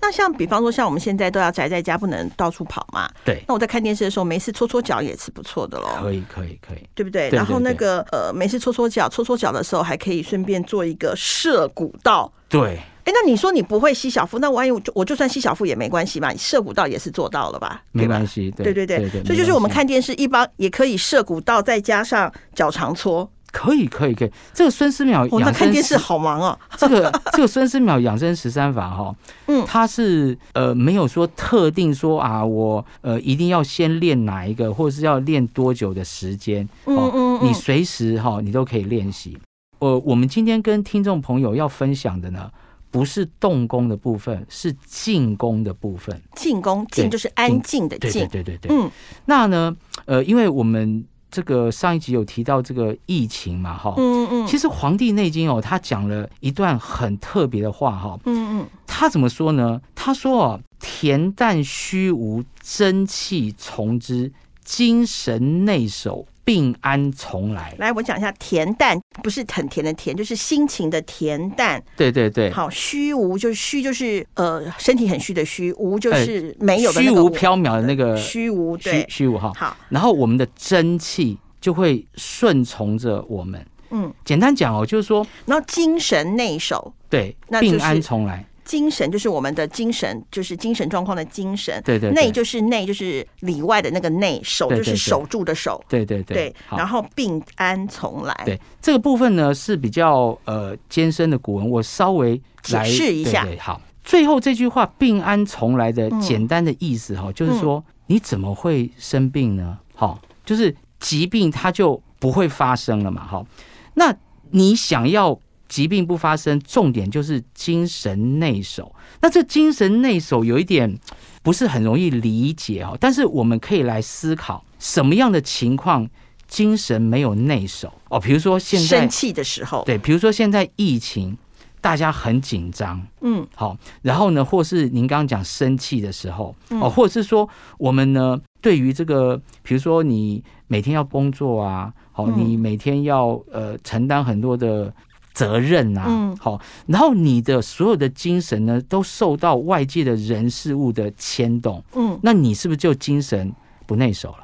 [SPEAKER 1] 那像比方说，像我们现在都要宅在家，不能到处跑嘛。
[SPEAKER 2] 对，
[SPEAKER 1] 那我在看电视的时候，没事搓搓脚也是不错的喽，
[SPEAKER 2] 可以，可以，可以。
[SPEAKER 1] 对不对？
[SPEAKER 2] 对
[SPEAKER 1] 然后
[SPEAKER 2] 对
[SPEAKER 1] 那
[SPEAKER 2] 对
[SPEAKER 1] 个呃，没事搓搓脚，搓搓脚的时候还可以顺便做一个射骨道。
[SPEAKER 2] 对，
[SPEAKER 1] 哎，那你说你不会吸小腹，那万一我就我就算吸小腹也没关系吧？你射骨道也是做到了吧？
[SPEAKER 2] 没
[SPEAKER 1] 对吧
[SPEAKER 2] 关系。对，
[SPEAKER 1] 对对对，
[SPEAKER 2] 对，
[SPEAKER 1] 所以就是我们
[SPEAKER 2] 没关系
[SPEAKER 1] 看电视一般也可以射骨道，再加上脚长搓。
[SPEAKER 2] 可以，可以，可以。这个孙思邈
[SPEAKER 1] 我、哦、那
[SPEAKER 2] 养
[SPEAKER 1] 看
[SPEAKER 2] 生
[SPEAKER 1] 电视
[SPEAKER 2] 十，
[SPEAKER 1] 好忙哦。
[SPEAKER 2] 这个这个孙思邈养生十三法哈，
[SPEAKER 1] 嗯
[SPEAKER 2] 它是呃没有说特定说啊，我呃一定要先练哪一个，或是要练多久的时间，
[SPEAKER 1] 嗯嗯
[SPEAKER 2] 哦你随时哈你都可以练习。呃，我们今天跟听众朋友要分享的呢，不是动功的部分，是静功的部分。
[SPEAKER 1] 进攻静
[SPEAKER 2] 对
[SPEAKER 1] 就是安静的
[SPEAKER 2] 对对
[SPEAKER 1] 静。
[SPEAKER 2] 对对对。
[SPEAKER 1] 嗯
[SPEAKER 2] 那呢，呃，因为我们这个上一集有提到这个疫情嘛，哈、
[SPEAKER 1] 嗯嗯，
[SPEAKER 2] 哦其
[SPEAKER 1] 实
[SPEAKER 2] 实《黄帝内经》哦，他讲了一段很特别的话哈、
[SPEAKER 1] 嗯嗯
[SPEAKER 2] 他怎么说呢？他说哦，恬淡虚无，真气从之，精神内守，病安从来。
[SPEAKER 1] 来我讲一下恬淡，不是很甜的甜，就是心情的恬淡。
[SPEAKER 2] 对对对，
[SPEAKER 1] 好，虚无就是虚，就是呃身体很虚的虚，无就是没有的
[SPEAKER 2] 虚
[SPEAKER 1] 那个
[SPEAKER 2] 无
[SPEAKER 1] 无
[SPEAKER 2] 缥缈的那个
[SPEAKER 1] 虚无
[SPEAKER 2] 虚
[SPEAKER 1] 对。
[SPEAKER 2] 虚哦无哈。
[SPEAKER 1] 好，
[SPEAKER 2] 然后我们的真气就会顺从着我们。
[SPEAKER 1] 嗯，
[SPEAKER 2] 简单讲哦，就是说，
[SPEAKER 1] 然后精神内守，
[SPEAKER 2] 对，
[SPEAKER 1] 那就是
[SPEAKER 2] 病安从来。
[SPEAKER 1] 精神就是我们的精神，就是精神状况的精神。
[SPEAKER 2] 对对对
[SPEAKER 1] 内就是内，就是里外的那个内；守
[SPEAKER 2] 对
[SPEAKER 1] 就
[SPEAKER 2] 对
[SPEAKER 1] 是
[SPEAKER 2] 对
[SPEAKER 1] 守住的守。
[SPEAKER 2] 对对对，好
[SPEAKER 1] 然后病安从来。
[SPEAKER 2] 对这个部分呢是比较呃艰深的古文，我稍微
[SPEAKER 1] 解
[SPEAKER 2] 来
[SPEAKER 1] 释一下嗯
[SPEAKER 2] 对对好，最后这句话“病安从来”的简单的意思哈、就是说你怎么会生病呢？好、就是疾病它就不会发生了嘛。好、那你想要疾病不发生，重点就是精神内守。那这精神内守有一点不是很容易理解哦，但是我们可以来思考什么样的情况精神没有内守哦，比如说现在
[SPEAKER 1] 生气的时候，
[SPEAKER 2] 对，比如说现在疫情，大家很紧张，
[SPEAKER 1] 嗯，
[SPEAKER 2] 好，然后呢，或是您刚刚讲生气的时候，
[SPEAKER 1] 嗯
[SPEAKER 2] 哦，或者是说我们呢，对于这个，比如说你每天要工作啊，好、
[SPEAKER 1] 嗯
[SPEAKER 2] 你每天要呃承担很多的责任啊，
[SPEAKER 1] 嗯
[SPEAKER 2] 好，然后你的所有的精神呢，都受到外界的人事物的牵动，
[SPEAKER 1] 嗯，
[SPEAKER 2] 那你是不是就精神不内守了？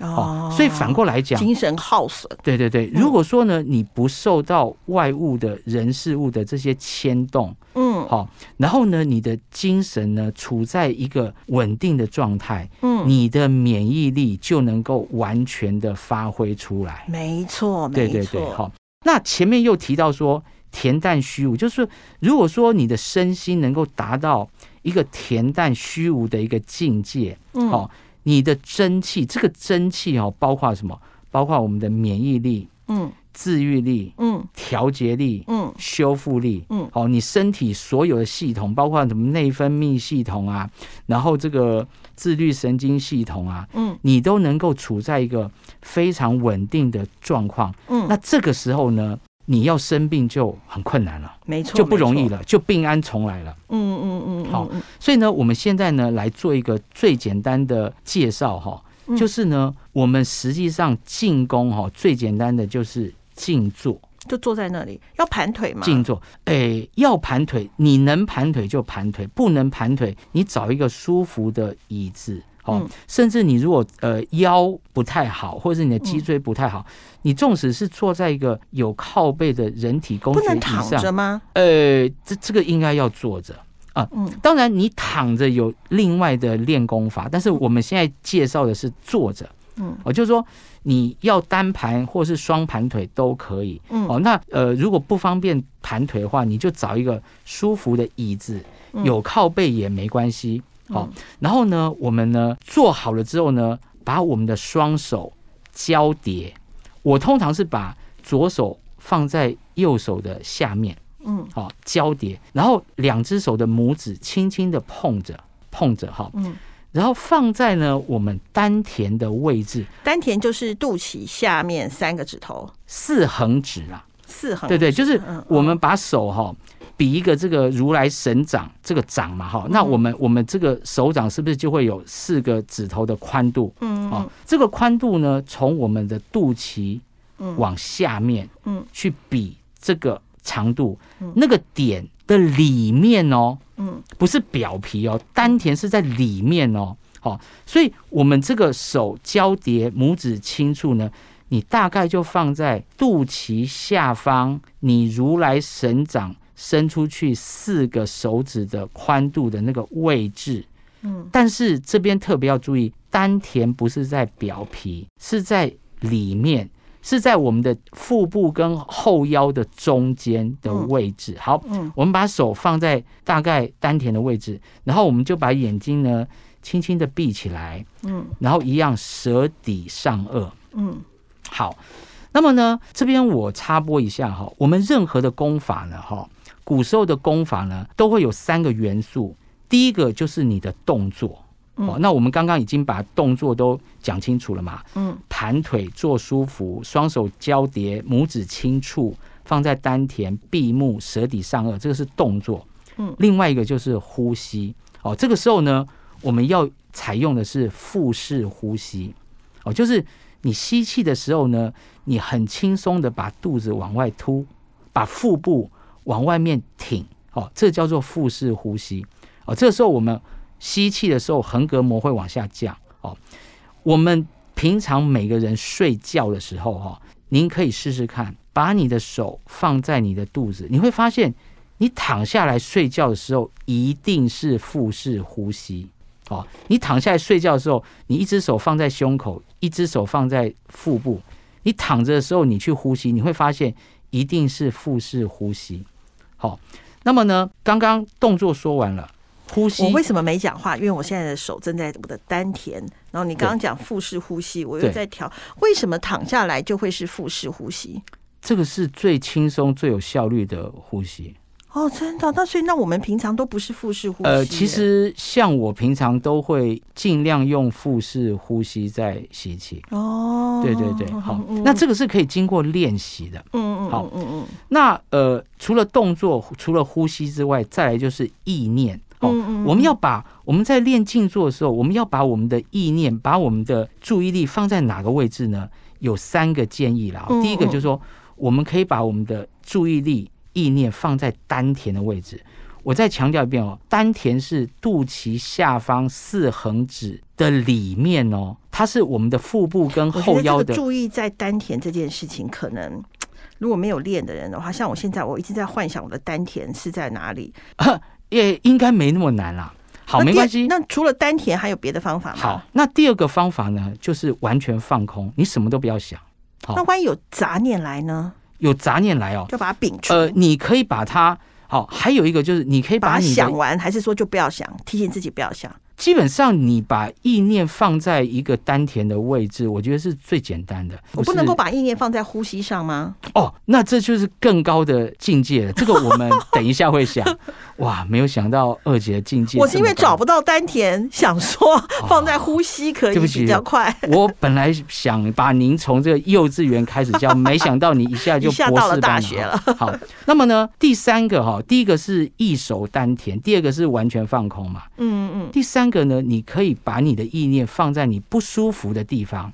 [SPEAKER 2] 哦，所以反过来讲，
[SPEAKER 1] 精神耗损，
[SPEAKER 2] 对对对，
[SPEAKER 1] 嗯
[SPEAKER 2] 如果说呢，你不受到外物的人事物的这些牵动，
[SPEAKER 1] 嗯
[SPEAKER 2] 好、然后呢，你的精神呢处在一个稳定的状态，
[SPEAKER 1] 嗯，
[SPEAKER 2] 你的免疫力就能够完全的发挥出来。
[SPEAKER 1] 没错，
[SPEAKER 2] 对
[SPEAKER 1] 没
[SPEAKER 2] 对对，
[SPEAKER 1] 错，
[SPEAKER 2] 好、那前面又提到说恬淡虚无，就是如果说你的身心能够达到一个恬淡虚无的一个境界，
[SPEAKER 1] 嗯
[SPEAKER 2] 好、你的真气，这个真气哦，包括什么？包括我们的免疫力。
[SPEAKER 1] 嗯
[SPEAKER 2] 自愈力、
[SPEAKER 1] 嗯
[SPEAKER 2] 调节力、
[SPEAKER 1] 嗯
[SPEAKER 2] 修复力，
[SPEAKER 1] 嗯
[SPEAKER 2] 好、你身体所有的系统，包括什么内分泌系统啊，然后这个自律神经系统啊，
[SPEAKER 1] 嗯
[SPEAKER 2] 你都能够处在一个非常稳定的状况。
[SPEAKER 1] 嗯，
[SPEAKER 2] 那这个时候呢，你要生病就很困难了，
[SPEAKER 1] 没错，
[SPEAKER 2] 就不容易
[SPEAKER 1] 没错，
[SPEAKER 2] 了，就病安从来了。
[SPEAKER 1] 嗯嗯嗯，嗯
[SPEAKER 2] 好，
[SPEAKER 1] 嗯
[SPEAKER 2] 所以呢，我们现在呢来做一个最简单的介绍哈、
[SPEAKER 1] 嗯
[SPEAKER 2] 就是呢，我们实际上进攻哈、最简单的就是静坐。
[SPEAKER 1] 就坐在那里要盘腿嘛，
[SPEAKER 2] 静坐，诶，要盘腿，你能盘腿就盘腿，不能盘腿，你找一个舒服的椅子。哦，
[SPEAKER 1] 嗯
[SPEAKER 2] 甚至你如果呃腰不太好，或者是你的脊
[SPEAKER 1] 嗯
[SPEAKER 2] 椎不太好，你纵使是坐在一个有靠背的人体工
[SPEAKER 1] 不
[SPEAKER 2] 学
[SPEAKER 1] 能
[SPEAKER 2] 椅
[SPEAKER 1] 躺
[SPEAKER 2] 上，
[SPEAKER 1] 着吗？
[SPEAKER 2] 呃，这这个应该要坐着。
[SPEAKER 1] 嗯，
[SPEAKER 2] 当然，你躺着有另外的练功法，但是我们现在介绍的是坐着。
[SPEAKER 1] 嗯，
[SPEAKER 2] 哦，就是说你要单盘或是双盘腿都可以。
[SPEAKER 1] 嗯
[SPEAKER 2] 哦，那呃，如果不方便盘腿的话，你就找一个舒服的椅子，
[SPEAKER 1] 嗯
[SPEAKER 2] 有靠背也没关系。好、
[SPEAKER 1] 嗯
[SPEAKER 2] 然后呢，我们呢做好了之后呢，把我们的双手交叠。我通常是把左手放在右手的下面，
[SPEAKER 1] 嗯
[SPEAKER 2] 好、交叠，然后两只手的拇指轻轻的碰着碰着哈、
[SPEAKER 1] 嗯，
[SPEAKER 2] 然后放在呢我们丹田的位置，
[SPEAKER 1] 丹田就是肚脐下面三个指头，
[SPEAKER 2] 四横指啊，
[SPEAKER 1] 四横，
[SPEAKER 2] 对对，就是
[SPEAKER 1] 嗯
[SPEAKER 2] 我们把手哈、比一个这个如来神掌这个掌嘛哈、
[SPEAKER 1] 嗯
[SPEAKER 2] 那我们我们这个手掌是不是就会有四个指头的宽度？
[SPEAKER 1] 嗯
[SPEAKER 2] 哦，这个宽度呢，从我们的肚脐
[SPEAKER 1] 嗯
[SPEAKER 2] 往下面，
[SPEAKER 1] 嗯，
[SPEAKER 2] 去比这个长度，那个点的里面哦，
[SPEAKER 1] 嗯，
[SPEAKER 2] 不是表皮哦，丹田是在里面哦，好、所以我们这个手交叠，拇指轻触呢，你大概就放在肚脐下方，你如来神掌伸出去四个手指的宽度的那个位置。
[SPEAKER 1] 嗯，
[SPEAKER 2] 但是这边特别要注意，丹田不是在表皮，是在里面，是在我们的腹部跟后腰的中间的位置。好，
[SPEAKER 1] 嗯
[SPEAKER 2] 我们把手放在大概丹田的位置，然后我们就把眼睛呢轻轻的闭起来，
[SPEAKER 1] 嗯
[SPEAKER 2] 然后一样舌抵上颚。
[SPEAKER 1] 嗯
[SPEAKER 2] 好，那么呢，这边我插播一下哈，我们任何的功法呢，哈，古时候的功法呢，都会有三个元素，第一个就是你的动作。哦，那我们刚刚已经把动作都讲清楚了嘛？
[SPEAKER 1] 嗯，
[SPEAKER 2] 盘腿坐舒服，双手交叠，拇指轻触，放在丹田、闭目、舌抵上颚，这个是动作。
[SPEAKER 1] 嗯，
[SPEAKER 2] 另外一个就是呼吸。哦，这个时候呢，我们要采用的是腹式呼吸。哦，就是你吸气的时候呢，你很轻松的把肚子往外凸，把腹部往外面挺，哦，这叫做腹式呼吸。哦，这个时候我们吸气的时候，横膈膜会往下降。哦，我们平常每个人睡觉的时候，哦，您可以试试看，把你的手放在你的肚子，你会发现，你躺下来睡觉的时候，一定是腹式呼吸。哦，你躺下来睡觉的时候，你一只手放在胸口，一只手放在腹部。你躺着的时候，你去呼吸，你会发现一定是腹式呼吸。好、那么呢，刚刚动作说完了，呼吸
[SPEAKER 1] 我为什么没讲话？因为我现在的手正在我的丹田，然后你刚刚讲腹式呼吸，我又
[SPEAKER 2] 对
[SPEAKER 1] 在调。为什么躺下来就会是腹式呼吸？
[SPEAKER 2] 这个是最轻松、最有效率的呼吸。
[SPEAKER 1] 哦，真的？那所以那我们平常都不是腹式呼吸耶。
[SPEAKER 2] 呃，其实像我平常都会尽量用腹式呼吸在吸气。
[SPEAKER 1] 哦，
[SPEAKER 2] 对对对，好
[SPEAKER 1] 嗯，
[SPEAKER 2] 那这个是可以经过练习的。
[SPEAKER 1] 嗯嗯
[SPEAKER 2] 好
[SPEAKER 1] 嗯嗯
[SPEAKER 2] 那呃，除了动作、除了呼吸之外，再来就是意念。哦，
[SPEAKER 1] 嗯嗯
[SPEAKER 2] 我们要把我们在练静坐的时候，我们要把我们的意念、把我们的注意力放在哪个位置呢？有三个建议啦。
[SPEAKER 1] 嗯
[SPEAKER 2] 第一个
[SPEAKER 1] 嗯
[SPEAKER 2] 就是说，我们可以把我们的注意力、意念放在丹田的位置。我再强调一遍哦，丹田是肚脐下方四横指的里面哦，它是我们的腹部跟
[SPEAKER 1] 我觉
[SPEAKER 2] 后
[SPEAKER 1] 得这
[SPEAKER 2] 腰
[SPEAKER 1] 个
[SPEAKER 2] 的。
[SPEAKER 1] 注意在丹田这件事情，可能如果没有练的人的话，像我现在，我一直在幻想我的丹田是在哪里。
[SPEAKER 2] 也应该没那么难啦。好，
[SPEAKER 1] 那
[SPEAKER 2] 没
[SPEAKER 1] 第
[SPEAKER 2] 关系。
[SPEAKER 1] 那除了丹田，还有别的方法吗？
[SPEAKER 2] 好，，那第二个方法呢，就是完全放空，你什么都不要想。好
[SPEAKER 1] 那万一有杂念来呢，
[SPEAKER 2] 有杂念来哦，
[SPEAKER 1] 就把它摒除。
[SPEAKER 2] 呃，你可以把它好，还有一个就是你可以
[SPEAKER 1] 把
[SPEAKER 2] 把
[SPEAKER 1] 它
[SPEAKER 2] 你
[SPEAKER 1] 想
[SPEAKER 2] 的，
[SPEAKER 1] 完，还是说就不要想，提醒自己不要想。
[SPEAKER 2] 基本上你把意念放在一个丹田的位置，我觉得是最简单的。
[SPEAKER 1] 我不
[SPEAKER 2] 是
[SPEAKER 1] 能够把意念放在呼吸上吗？
[SPEAKER 2] 哦，那这就是更高的境界了。这个我们等一下会 想。哇，没有想到二姐的境界这么
[SPEAKER 1] 我
[SPEAKER 2] 高，
[SPEAKER 1] 是因为找不到丹田，想说放在呼吸可以
[SPEAKER 2] 哦对不起
[SPEAKER 1] 比较快。
[SPEAKER 2] 我本来想把您从这个幼稚园开始教，没想到你一 下就
[SPEAKER 1] 一下
[SPEAKER 2] 博
[SPEAKER 1] 到了
[SPEAKER 2] 士
[SPEAKER 1] 大
[SPEAKER 2] 班
[SPEAKER 1] 学
[SPEAKER 2] 了。好，好那么呢，第三个哈，第一个是一手丹田，第二个是完全放空嘛。
[SPEAKER 1] 嗯嗯
[SPEAKER 2] 第三个呢，你可以把你的意念放在你不舒服的地方，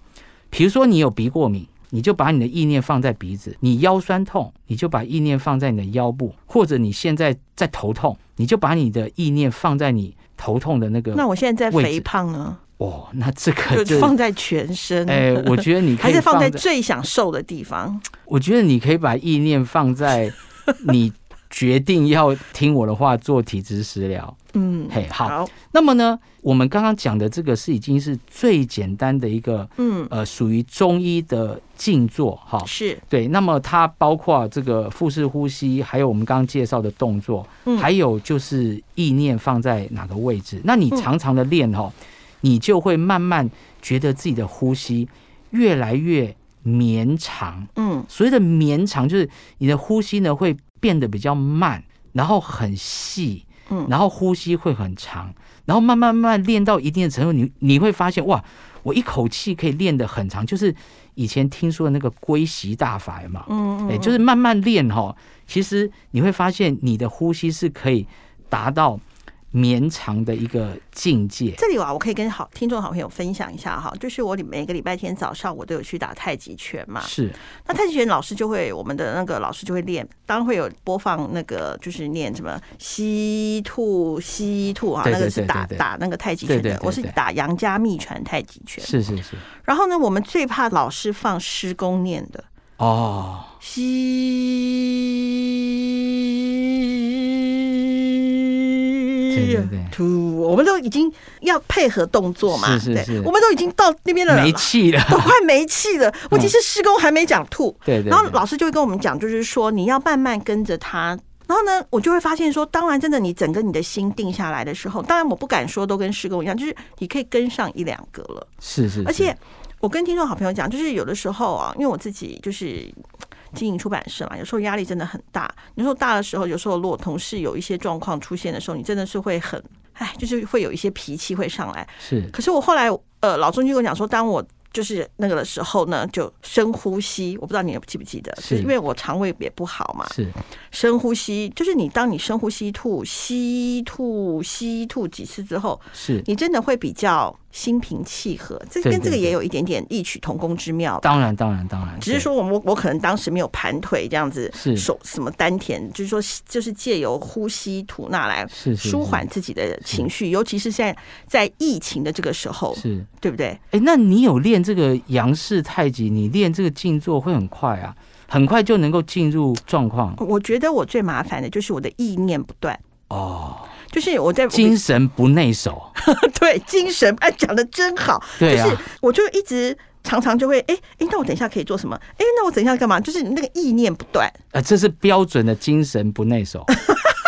[SPEAKER 2] 比如说你有鼻过敏，你就把你的意念放在鼻子；你腰酸痛，你就把意念放在你的腰部；或者你现在在头痛，你就把你的意念放在你头痛的那个
[SPEAKER 1] 嗯。。那我现在在
[SPEAKER 2] 位置
[SPEAKER 1] 肥胖 呢，
[SPEAKER 2] 哦，那这个
[SPEAKER 1] 就
[SPEAKER 2] 就
[SPEAKER 1] 放在全身。
[SPEAKER 2] 哎、我觉得你可
[SPEAKER 1] 还
[SPEAKER 2] 以
[SPEAKER 1] 是放在
[SPEAKER 2] 在
[SPEAKER 1] 最想瘦的地方。
[SPEAKER 2] 我觉得你可以把意念放在你决定要听我的话做体质食疗。
[SPEAKER 1] 嗯，
[SPEAKER 2] 嘿，好。，那么呢，我们刚刚讲的这个是已经是最简单的一个
[SPEAKER 1] 嗯，
[SPEAKER 2] 呃，属于中医的静坐哈。
[SPEAKER 1] 是，
[SPEAKER 2] 对，那么它包括这个腹式呼吸，还有我们刚刚介绍的动作，
[SPEAKER 1] 嗯
[SPEAKER 2] 还有就是意念放在哪个位置。那你常常的练哈，你就会慢慢觉得自己的呼吸越来越绵长。
[SPEAKER 1] 嗯
[SPEAKER 2] 所谓的绵长，就是你的呼吸呢会变得比较慢，然后很细，
[SPEAKER 1] 嗯
[SPEAKER 2] 然后呼吸会很长，然后慢慢慢慢练到一定的程度，你你会发现哇，我一口气可以练得很长，就是以前听说的那个龟息大法嘛，
[SPEAKER 1] 嗯
[SPEAKER 2] 哎、就是慢慢练哈，其实你会发现你的呼吸是可以达到绵长的一个境界。
[SPEAKER 1] 这里啊，我可以跟好听众好朋友分享一下哈，就是我每个礼拜天早上我都有去打太极拳嘛。
[SPEAKER 2] 是，
[SPEAKER 1] 那太极拳老师就会，我们的那个老师就会练，当然会有播放那个就是念什么吸吐吸吐啊，
[SPEAKER 2] 对
[SPEAKER 1] 那个
[SPEAKER 2] 对
[SPEAKER 1] 是
[SPEAKER 2] 对
[SPEAKER 1] 打
[SPEAKER 2] 对对
[SPEAKER 1] 打那个太极拳
[SPEAKER 2] 对对
[SPEAKER 1] 的
[SPEAKER 2] 对，对
[SPEAKER 1] 我是打杨家秘传太极拳。
[SPEAKER 2] 是是是，
[SPEAKER 1] 然后呢，我们最怕老师放施工念的
[SPEAKER 2] 哦，
[SPEAKER 1] 吸
[SPEAKER 2] 对对
[SPEAKER 1] 吐，我们都已经要配合动作嘛，
[SPEAKER 2] 是是
[SPEAKER 1] 对
[SPEAKER 2] 是
[SPEAKER 1] 我们都已经到那边了，
[SPEAKER 2] 没气 了，
[SPEAKER 1] 都快没气了。问题是施工还没讲吐，
[SPEAKER 2] 对对
[SPEAKER 1] 然后
[SPEAKER 2] 对，
[SPEAKER 1] 老师就会跟我们讲，就是说你要慢慢跟着他。然后呢，我就会发现说，当然，真的，你整个你的心定下来的时候，当然我不敢说都跟施工一样，就是你可以跟上一两个了。
[SPEAKER 2] 是是，
[SPEAKER 1] 而且
[SPEAKER 2] 是
[SPEAKER 1] 我跟听众好朋友讲，就是有的时候啊，因为我自己就是经营出版社嘛，有时候压力真的很大。有时候大的时候，有时候如果同事有一些状况出现的时候，你真的是会很，哎，就是会有一些脾气会上来。
[SPEAKER 2] 是
[SPEAKER 1] 可是我后来，呃，老中医跟我讲说，当我就是那个的时候呢，就深呼吸。我不知道你有记不记得，
[SPEAKER 2] 是
[SPEAKER 1] 因为我肠胃也不好嘛，
[SPEAKER 2] 是
[SPEAKER 1] 深呼吸就是你当你深呼吸吐吸吐吸吐几次之后，
[SPEAKER 2] 是，
[SPEAKER 1] 你真的会比较心平气和。这跟
[SPEAKER 2] 对
[SPEAKER 1] 这个
[SPEAKER 2] 对对
[SPEAKER 1] 也有一点点异曲同工之妙吧。
[SPEAKER 2] 当然当然当然，
[SPEAKER 1] 只是
[SPEAKER 2] 对
[SPEAKER 1] 说我们我可能当时没有盘腿这样子，
[SPEAKER 2] 是
[SPEAKER 1] 手什么丹田，就是说就是借由呼吸吐纳来
[SPEAKER 2] 是是
[SPEAKER 1] 舒
[SPEAKER 2] 是
[SPEAKER 1] 缓自己的情绪，尤其是现在在疫情的这个时候，
[SPEAKER 2] 是。
[SPEAKER 1] 对不对？
[SPEAKER 2] 哎，那你有练这个杨氏太极，你练这个静坐会很快啊，很快就能够进入状况
[SPEAKER 1] 我觉得我最麻烦的就是我的意念不断，
[SPEAKER 2] 哦，
[SPEAKER 1] 就是我在
[SPEAKER 2] 精神不内守，
[SPEAKER 1] 对精神，哎，讲的真好，
[SPEAKER 2] 对啊
[SPEAKER 1] 就，是我就一直。常常就会哎哎，那我等一下可以做什么？哎，那我等一下干嘛？就是那个意念不断，
[SPEAKER 2] 呃，这是标准的精神不 内守，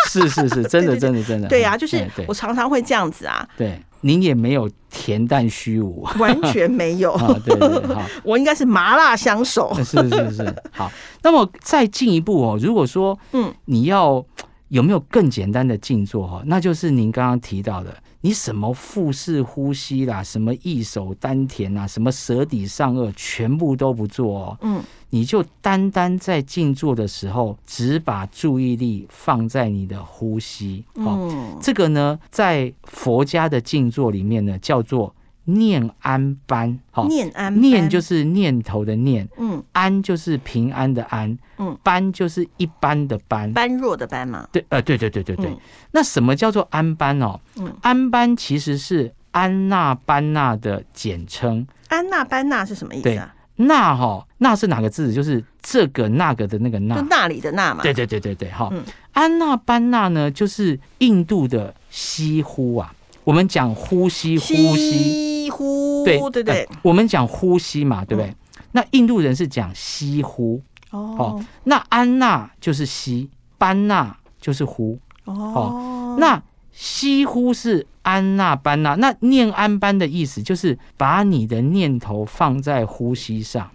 [SPEAKER 2] 是是是，真的
[SPEAKER 1] 对对对
[SPEAKER 2] 真的真的，
[SPEAKER 1] 对呀、就是
[SPEAKER 2] 哎对
[SPEAKER 1] 我常常会这样子 啊，
[SPEAKER 2] 对，您也没有恬淡 虚无啊，
[SPEAKER 1] 完全没有，
[SPEAKER 2] 对对对好。
[SPEAKER 1] 我应该是麻辣相守。
[SPEAKER 2] 是是是，好。那么再进一步哦，如果说，
[SPEAKER 1] 嗯
[SPEAKER 2] 嗯，你要有没有更简单的静坐哦？那就是您刚刚提到的，你什么腹式呼吸啦，什么一手丹田啦，什么舌底上颚，全部都不做哦。
[SPEAKER 1] 嗯，
[SPEAKER 2] 你就单单在静坐的时候，只把注意力放在你的呼吸。哦，
[SPEAKER 1] 嗯，
[SPEAKER 2] 这个呢，在佛家的静坐里面呢，叫做念安般。好、
[SPEAKER 1] 念安般
[SPEAKER 2] 念就是念头的念，
[SPEAKER 1] 嗯
[SPEAKER 2] 安就是平安的安，
[SPEAKER 1] 嗯，
[SPEAKER 2] 般就是一般的般。
[SPEAKER 1] 般若的般嘛，
[SPEAKER 2] 对，呃，对对对对对。
[SPEAKER 1] 嗯
[SPEAKER 2] 那什么叫做安般哦？
[SPEAKER 1] 嗯
[SPEAKER 2] 安般其实是安那般那的简称。
[SPEAKER 1] 安那般那是什么意思啊？
[SPEAKER 2] 那哈、那是哪个字？就是这个那个的那个
[SPEAKER 1] 就
[SPEAKER 2] 那。
[SPEAKER 1] 那里的那嘛。
[SPEAKER 2] 对对对对对，好、
[SPEAKER 1] 嗯
[SPEAKER 2] 安那般那呢，就是印度的西呼啊。我们讲呼吸，呼吸，
[SPEAKER 1] 西呼，
[SPEAKER 2] 对
[SPEAKER 1] 对对嗯
[SPEAKER 2] 呃我们讲呼吸嘛，对不对？那印度人是讲西呼，嗯
[SPEAKER 1] 哦
[SPEAKER 2] 那安那就是西，班那就是呼。
[SPEAKER 1] 哦，
[SPEAKER 2] 那西呼是安那班那，那念安班的意思就是把你的念头放在呼吸上，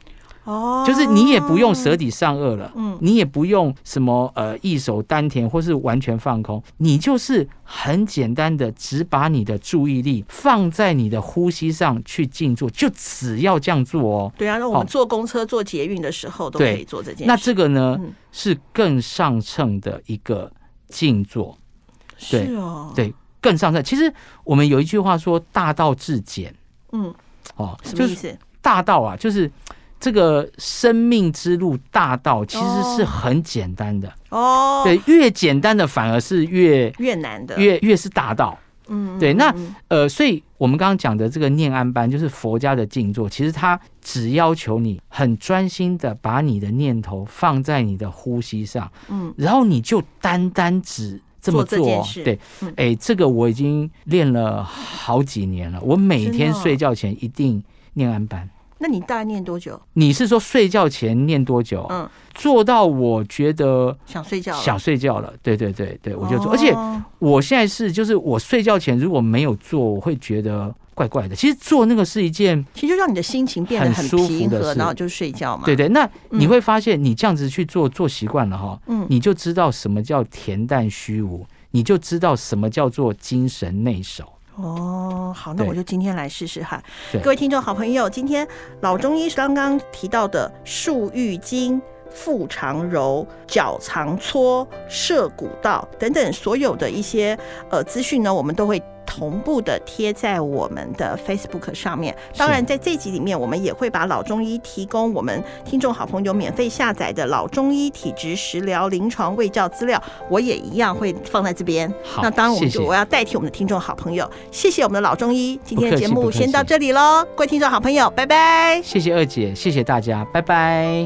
[SPEAKER 1] 哦，
[SPEAKER 2] 就是你也不用舌底上颚了，
[SPEAKER 1] 嗯
[SPEAKER 2] 你也不用什么呃一手丹田或是完全放空，你就是很简单的只把你的注意力放在你的呼吸上去静坐，就只要这样做哦。
[SPEAKER 1] 对啊，那我们
[SPEAKER 2] 哦
[SPEAKER 1] 坐公车、坐捷运的时候都可
[SPEAKER 2] 对
[SPEAKER 1] 以做这件事。
[SPEAKER 2] 那这个呢
[SPEAKER 1] 嗯
[SPEAKER 2] 是更上乘的一个静坐。对
[SPEAKER 1] 是哦，
[SPEAKER 2] 对更上善。其实我们有一句话说“大道至简
[SPEAKER 1] 嗯，”
[SPEAKER 2] 哦，
[SPEAKER 1] 什么
[SPEAKER 2] 就
[SPEAKER 1] 意
[SPEAKER 2] 是
[SPEAKER 1] 思？
[SPEAKER 2] 大道啊，就是这个生命之路大道，其实是
[SPEAKER 1] 哦
[SPEAKER 2] 很简单的。
[SPEAKER 1] 哦，，
[SPEAKER 2] 对，越简单的反而是越
[SPEAKER 1] 越南的，
[SPEAKER 2] 越越是大道。
[SPEAKER 1] 嗯，
[SPEAKER 2] 对
[SPEAKER 1] 嗯
[SPEAKER 2] 那
[SPEAKER 1] 嗯
[SPEAKER 2] 呃，所以我们刚刚讲的这个念安般，就是佛家的静坐，其实它只要求你很专心的把你的念头放在你的呼吸上，
[SPEAKER 1] 嗯，
[SPEAKER 2] 然后你就单单只这么
[SPEAKER 1] 做
[SPEAKER 2] 做
[SPEAKER 1] 这
[SPEAKER 2] 哦，
[SPEAKER 1] 件事
[SPEAKER 2] 对
[SPEAKER 1] 嗯，
[SPEAKER 2] 哎、这个我已经练了好几年了，我每
[SPEAKER 1] 真
[SPEAKER 2] 天
[SPEAKER 1] 的哦
[SPEAKER 2] 睡觉前一定念安般。
[SPEAKER 1] 那你大概念多久？
[SPEAKER 2] 你是说睡觉前念多久？
[SPEAKER 1] 嗯，
[SPEAKER 2] 做到我觉得
[SPEAKER 1] 想睡觉了，
[SPEAKER 2] 想睡觉了。对对对对，我就做。而且
[SPEAKER 1] 哦
[SPEAKER 2] 我现在是，就是我睡觉前如果没有做，我会觉得怪怪的。其实做那个是一件，
[SPEAKER 1] 其实就让你的心情变得
[SPEAKER 2] 很舒服
[SPEAKER 1] 平
[SPEAKER 2] 的
[SPEAKER 1] 和，
[SPEAKER 2] 事
[SPEAKER 1] 然后就睡觉嘛。
[SPEAKER 2] 对对。那你
[SPEAKER 1] 嗯
[SPEAKER 2] 会发现，你这样子去做做习惯了哈，
[SPEAKER 1] 嗯
[SPEAKER 2] 你就知道什么叫恬淡虚无，你就知道什么叫做精神内守。
[SPEAKER 1] 哦，好，那
[SPEAKER 2] 对
[SPEAKER 1] 我就今天来试试哈
[SPEAKER 2] 对。
[SPEAKER 1] 各位听众好朋友，今天老中医刚刚提到的漱玉经、腹常揉、脚常搓、射骨道等等所有的一些呃资讯呢，我们都会。同步的贴在我们的 Facebook 上面。当然，在这集里面，我们也会把老中医提供我们听众好朋友免费下载的老中医体质食疗临床卫教资料，我也一样会放在这边。
[SPEAKER 2] 好
[SPEAKER 1] 那当然，我们
[SPEAKER 2] 谢
[SPEAKER 1] 就
[SPEAKER 2] 谢
[SPEAKER 1] 我要代替我们的听众好朋友，谢谢我们的老中医。今天的
[SPEAKER 2] 不客
[SPEAKER 1] 节
[SPEAKER 2] 气
[SPEAKER 1] 目
[SPEAKER 2] 不客
[SPEAKER 1] 先到
[SPEAKER 2] 气
[SPEAKER 1] 这里喽，各位听众好朋友，拜拜。
[SPEAKER 2] 谢谢二姐，谢谢大家，拜拜。